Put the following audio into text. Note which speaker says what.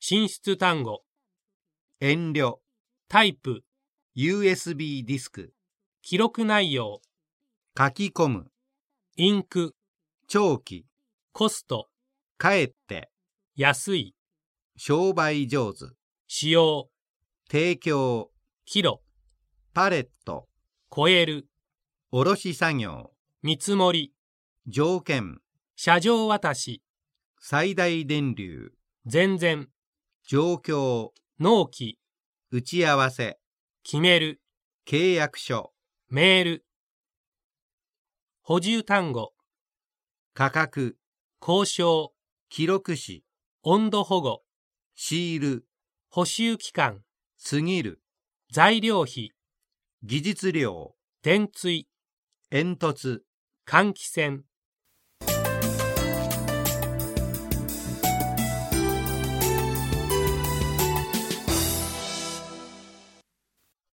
Speaker 1: 進出単語、
Speaker 2: 遠慮、
Speaker 1: タイプ、
Speaker 2: USB ディスク、
Speaker 1: 記録内容、
Speaker 2: 書き込む、
Speaker 1: インク、
Speaker 2: 長期、
Speaker 1: コスト、
Speaker 2: 帰って、
Speaker 1: 安い、
Speaker 2: 商売上手、
Speaker 1: 使用、
Speaker 2: 提供、
Speaker 1: キロ、
Speaker 2: パレット、
Speaker 1: 超える、
Speaker 2: 卸作業、
Speaker 1: 見積もり、
Speaker 2: 条件、
Speaker 1: 車上渡し、
Speaker 2: 最大電流、
Speaker 1: 全然、
Speaker 2: 状況、
Speaker 1: 納期、
Speaker 2: 打ち合わせ、
Speaker 1: 決める、
Speaker 2: 契約書、
Speaker 1: メール。補充単語、
Speaker 2: 価格、
Speaker 1: 交渉、
Speaker 2: 記録紙、
Speaker 1: 温度保護、
Speaker 2: シール、
Speaker 1: 補修期間、
Speaker 2: 過ぎる、
Speaker 1: 材料費、
Speaker 2: 技術量、
Speaker 1: 電追、
Speaker 2: 煙突、
Speaker 1: 換気扇。